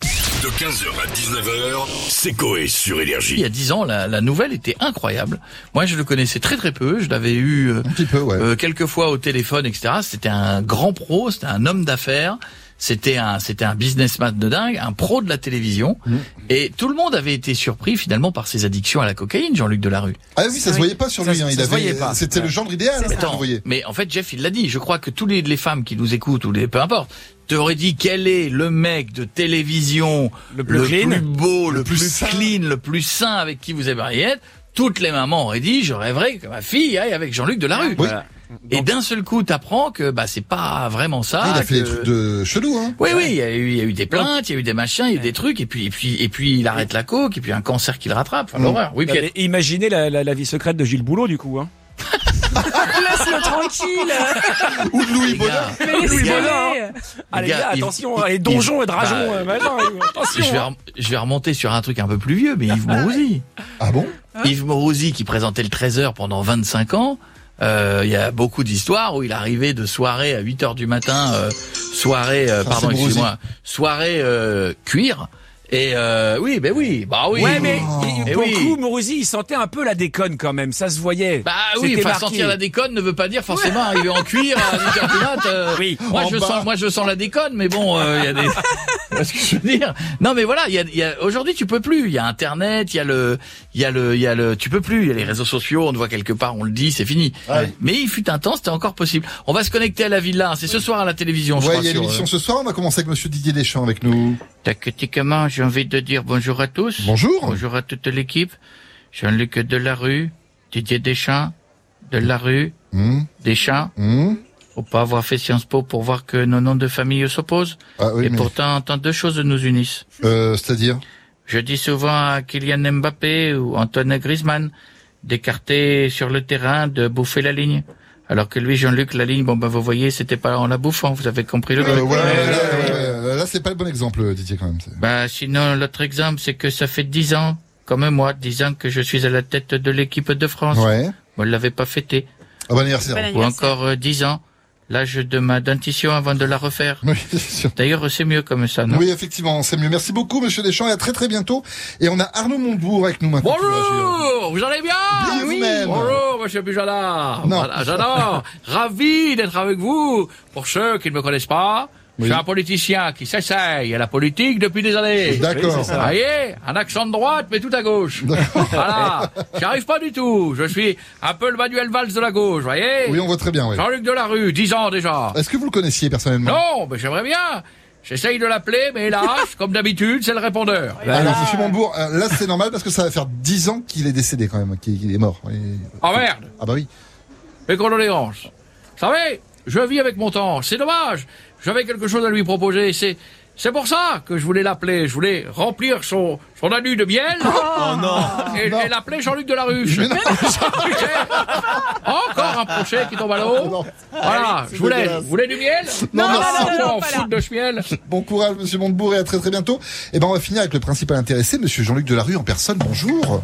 De 15h à 19h, c'est Coé sur Il y Énergie. a dix ans, la, la nouvelle était incroyable. Moi, je le connaissais très très peu. Je l'avais eu euh, Un petit peu, ouais. euh, quelques fois au téléphone, etc. C'était un grand pro, c'était un homme d'affaires, c'était un c'était un businessman de dingue, un pro de la télévision. Et tout le monde avait été surpris finalement par ses addictions à la cocaïne, Jean-Luc Delarue. ah oui, ça se voyait pas sur ça lui. se- hein, il ça se avait- voyait pas. C'était le genre idéal. hein, Mais que vous attends, voyez. mais en fait, Jeff, il l'a dit. Je crois que toutes les, les femmes qui nous écoutent ou les peu importe t'aurais dit quel est le mec de télévision le plus clean plus beau, le, plus plus, sain. clean, le plus sain avec qui vous aimeriez être. Toutes les mamans auraient dit je rêverais que ma fille aille avec Jean-Luc Delarue. Voilà. Et d'un seul coup, t'apprends que bah c'est pas vraiment ça. Ah, il a fait des que- trucs de chelou, hein. oui, oui, il y, a eu, il y a eu des plaintes, il y a eu des machins, il y a eu des trucs, et puis, et puis, et puis, il arrête la coke, et puis un cancer qui le rattrape, Mm. enfin, l'horreur. Oui, Non, puis, mais imaginez la, la- la vie secrète de Gilles Boulot, du coup. Hein. Laisse-le tranquille. Ou de Louis les gars, Bonin. Mais les laisse-le. gars, aller. Allez, Les gars, ils- attention, ils- allez, donjon ils- et dragon. bah, euh, maintenant, euh, attention. je vais, hein. rem- je vais remonter sur un truc un peu plus vieux, mais Yves Morosi. Ah bon Yves Morosi qui présentait le 13h pendant 25 ans, euh, il y a beaucoup d'histoires où il arrivait de soirée à 8h du matin, euh, soirée, euh, Ah, pardon, c'est Morosi. excuse-moi, soirée euh, cuir, et euh, oui, ben oui, bah oui. Ouais, mais il- Eh pour oui. le coup, Mourouzi, il sentait un peu la déconne quand même. Ça se voyait. Bah oui, C'était enfin marqué. sentir la déconne ne veut pas dire forcément arriver en cuir à 8h du mat. euh, Oui, moi en je bas. sens, moi je sens la déconne, mais bon, euh, il y a des. Tu vois ce que je veux dire Non, mais voilà, il y a, il y a- aujourd'hui tu peux plus. Il y a Internet, il y a le, il y a le, il y a le, tu peux plus. Il y a les réseaux sociaux, on te voit quelque part, on le dit, c'est fini. Ouais. Mais il fut un temps, c'était encore possible. On va se connecter à la villa. hein, C'est ce soir à la télévision. je Ouais, crois, il y a sur, l'émission ce soir. On va commencer avec Monsieur Didier Deschamps avec nous. euh, Tactiquement, j'ai envie de dire bonjour à tous. Bonjour. Bonjour à toute l'équipe. Jean-Luc Delarue, Didier Deschamps, Delarue, Hum, Deschamps. hum. Faut pas avoir fait Sciences Po pour voir que nos noms de famille s'opposent. Ah oui, et mais, pourtant, tant deux choses nous unissent. euh, c'est-à-dire Je dis souvent à Kylian Mbappé ou Antoine Griezmann d'écarter sur le terrain, de bouffer la ligne. Alors que lui, Jean-Luc, la ligne, bon ben vous voyez, c'était pas en la bouffant, vous avez compris le Euh, truc. ouais, là, ouais, ouais, là, c'est pas le bon exemple, Didier quand même. c'est- Bah sinon, l'autre exemple, c'est que ça fait dix ans, comme moi, dix ans que je suis à la tête de l'équipe de France. Ouais. Vous ne l'avez pas fêté. Ah bon anniversaire. Ou encore euh, dix ans, l'âge de ma dentition avant de la refaire. Oui, c'est sûr. D'ailleurs, c'est mieux comme ça, non Oui, effectivement, c'est mieux. Merci beaucoup, Monsieur Deschamps, et à très très bientôt. Et on a Arnaud Montebourg avec nous maintenant. Bonjour, vous allez bien Bien vous-même. Bonjour, monsieur Bujala. Non. Voilà, j'adore. Ravi d'être avec vous. Pour ceux qui ne me connaissent pas, je suis un politicien qui s'essaye à la politique depuis des années. D'accord. Vous voyez, un accent de droite, mais tout à gauche. Voilà, j'y arrive pas du tout. Je suis un peu le Manuel Valls de la gauche, vous voyez Oui, on voit Euh, très bien, oui. Jean-Luc Delarue, 10 ans déjà. Est-ce que vous le connaissiez personnellement Non, mais j'aimerais bien. J'essaye de l'appeler, mais hélas, comme d'habitude, c'est le répondeur. Alors, Monsieur Montebourg, euh, là, c'est normal parce que ça va faire 10 ans qu'il est décédé quand même, qu'il qu'il est mort. Et- Ah merde Ah bah oui. Mes condoléances. Vous savez, je vis avec mon temps. C'est dommage. J'avais quelque chose à lui proposer. C'est, c'est pour ça que je voulais l'appeler. Je voulais remplir son, son anus de miel. Et, Oh, Non. et l'appeler Jean-Luc Delaruche. Encore un projet qui tombe à l'eau. Non. Ah Voilà, je voulais, dégueulasse. vous voulez du miel? Non, non, Ah, non, non, on pas fout de ce miel. Bon courage, Monsieur Montebourg, et à très très bientôt. Et ben, on va finir avec le principal intéressé, Monsieur Jean-Luc Delarue en personne. Bonjour.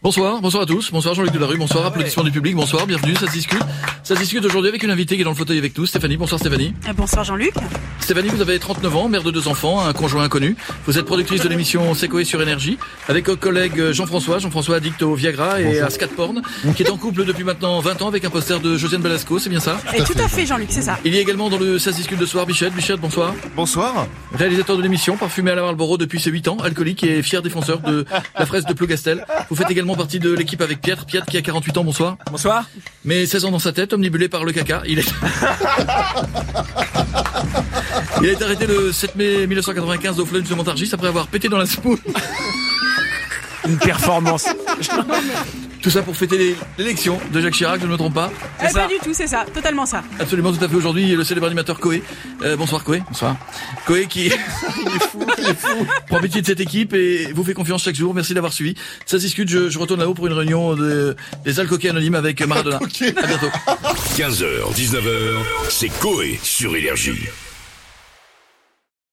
Bonsoir, bonsoir à tous, bonsoir Jean-Luc Delarue, bonsoir, Ah applaudissements du public, bonsoir, bienvenue, ça se discute. Ça se discute aujourd'hui avec une invitée qui est dans le fauteuil avec nous, Stéphanie, bonsoir Stéphanie. Ah, Bonsoir Jean-Luc. Stéphanie, vous avez 39 ans, mère de deux enfants, un conjoint inconnu. Vous êtes productrice de l'émission Secoé sur Énergie, avec votre collègue euh, Jean-François, Jean-François addict au Viagra et à Scatporn, qui est en couple depuis maintenant 20 ans avec un poster de Josiane Balasco, c'est bien ça Et Eh, tout à fait Jean-Luc, c'est ça. Il y a également dans le Ça se discute de soir Bichette, Bichette, bonsoir. Bonsoir. Réalisateur de l'émission, parfumé à la Marlboro depuis ses 8 ans, alcoolique et fier défenseur de la fraise de Plougastel. Vous faites également partie de l'équipe avec Pietre, Pietre qui a 48 ans, bonsoir. Bonsoir. Mais 16 ans dans sa tête, omnibulé par le caca, il est... il a été arrêté le 7 mai 1995 au Flunch de Montargis après avoir pété dans la spoule. Une performance. Tout ça pour fêter l'élection de Jacques Chirac, je ne me trompe pas. Eh, ça. Pas du tout, c'est ça, totalement ça. Absolument, tout à fait. Aujourd'hui, le célèbre animateur Coé. Euh, bonsoir Coé. Bonsoir. Coé qui il est fou, il est fou. Prend pitié de cette équipe et vous fait confiance chaque jour. Merci d'avoir suivi. Ça se discute. Je, je retourne là-haut pour une réunion de, des alcoquets anonymes avec Maradona. À bientôt. 15h, 19h, c'est Coé sur Énergie.